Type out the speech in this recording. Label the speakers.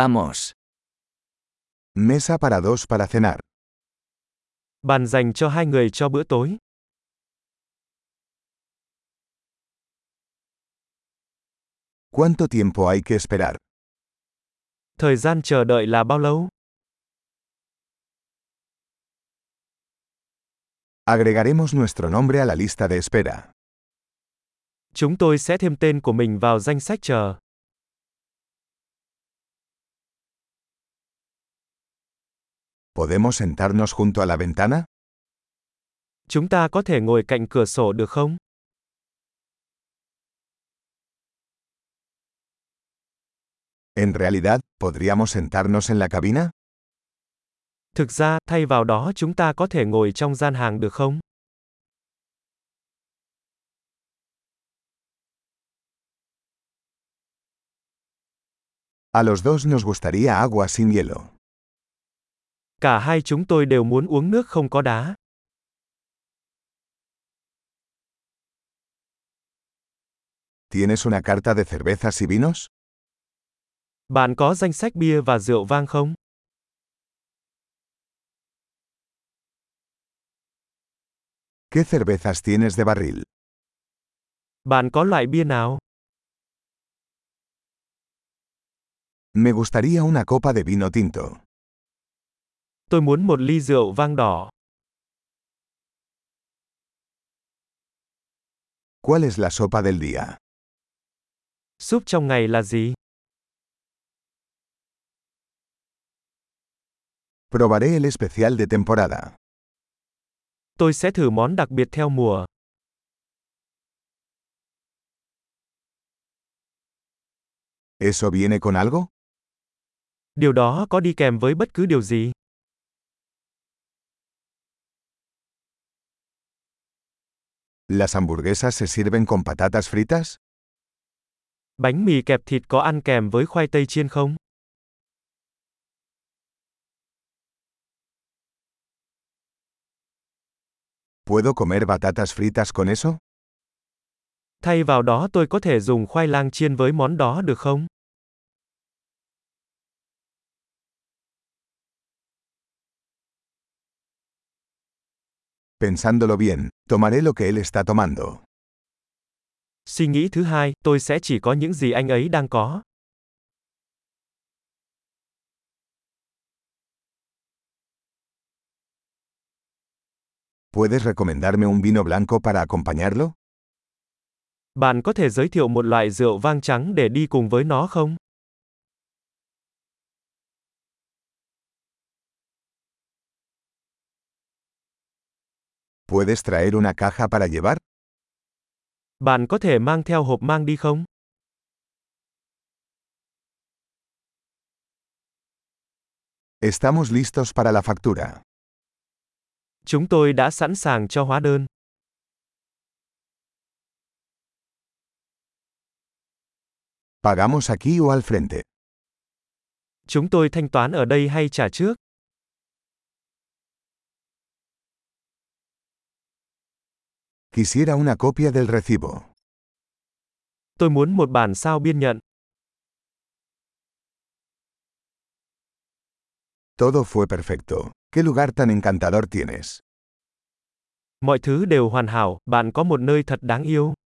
Speaker 1: Vamos.
Speaker 2: Mesa para dos para cenar.
Speaker 3: Bàn dành cho hai người cho bữa tối.
Speaker 2: ¿Cuánto tiempo hay que esperar?
Speaker 3: Thời gian chờ đợi là bao lâu?
Speaker 2: Agregaremos nuestro nombre a la lista de espera.
Speaker 3: Chúng tôi sẽ thêm tên của mình vào danh sách chờ.
Speaker 2: ¿Podemos sentarnos junto a la ventana?
Speaker 3: Chúng ta có thể ngồi cạnh cửa sổ được không?
Speaker 2: En realidad, ¿podríamos sentarnos en la cabina?
Speaker 3: Thực ra, thay vào đó chúng ta có thể ngồi trong gian hàng được không?
Speaker 2: A los dos nos gustaría agua sin hielo.
Speaker 3: Cả hai chúng tôi đều muốn uống nước không có đá.
Speaker 2: ¿Tienes una carta de cervezas y vinos?
Speaker 3: Bạn có danh sách bia và rượu vang không?
Speaker 2: ¿Qué cervezas tienes de barril?
Speaker 3: Bạn có loại bia nào?
Speaker 2: Me gustaría una copa de vino tinto.
Speaker 3: Tôi muốn một ly rượu vang đỏ.
Speaker 2: ¿Cuál es la sopa del día?
Speaker 3: Súp trong ngày là gì?
Speaker 2: Probaré el especial de temporada.
Speaker 3: Tôi sẽ thử món đặc biệt theo mùa.
Speaker 2: ¿Eso viene con algo?
Speaker 3: Điều đó có đi kèm với bất cứ điều gì?
Speaker 2: ¿Las hamburguesas se sirven con patatas fritas?
Speaker 3: Bánh mì kẹp thịt có ăn kèm với khoai tây chiên không?
Speaker 2: ¿Puedo comer batatas fritas con eso?
Speaker 3: Thay vào đó tôi có thể dùng khoai lang chiên với món đó được không?
Speaker 2: Pensándolo bien, tomaré lo que él está tomando.
Speaker 3: Suy nghĩ thứ hai, tôi sẽ chỉ có những gì anh ấy đang có.
Speaker 2: ¿Puedes recomendarme un vino blanco para acompañarlo?
Speaker 3: Bạn có thể giới thiệu một loại rượu vang trắng để đi cùng với nó không?
Speaker 2: ¿Puedes traer una caja para llevar?
Speaker 3: Bạn có thể mang theo hộp mang đi không?
Speaker 2: Estamos listos para la factura.
Speaker 3: Chúng tôi đã sẵn sàng cho hóa đơn.
Speaker 2: ¿Pagamos aquí o al frente?
Speaker 3: Chúng tôi thanh toán ở đây hay trả trước?
Speaker 2: Quisiera una copia del recibo.
Speaker 3: Tôi muốn một bản sao biên nhận.
Speaker 2: Todo fue perfecto. ¿Qué lugar tan encantador tienes?
Speaker 3: Mọi thứ đều hoàn hảo, bạn có một nơi thật đáng yêu.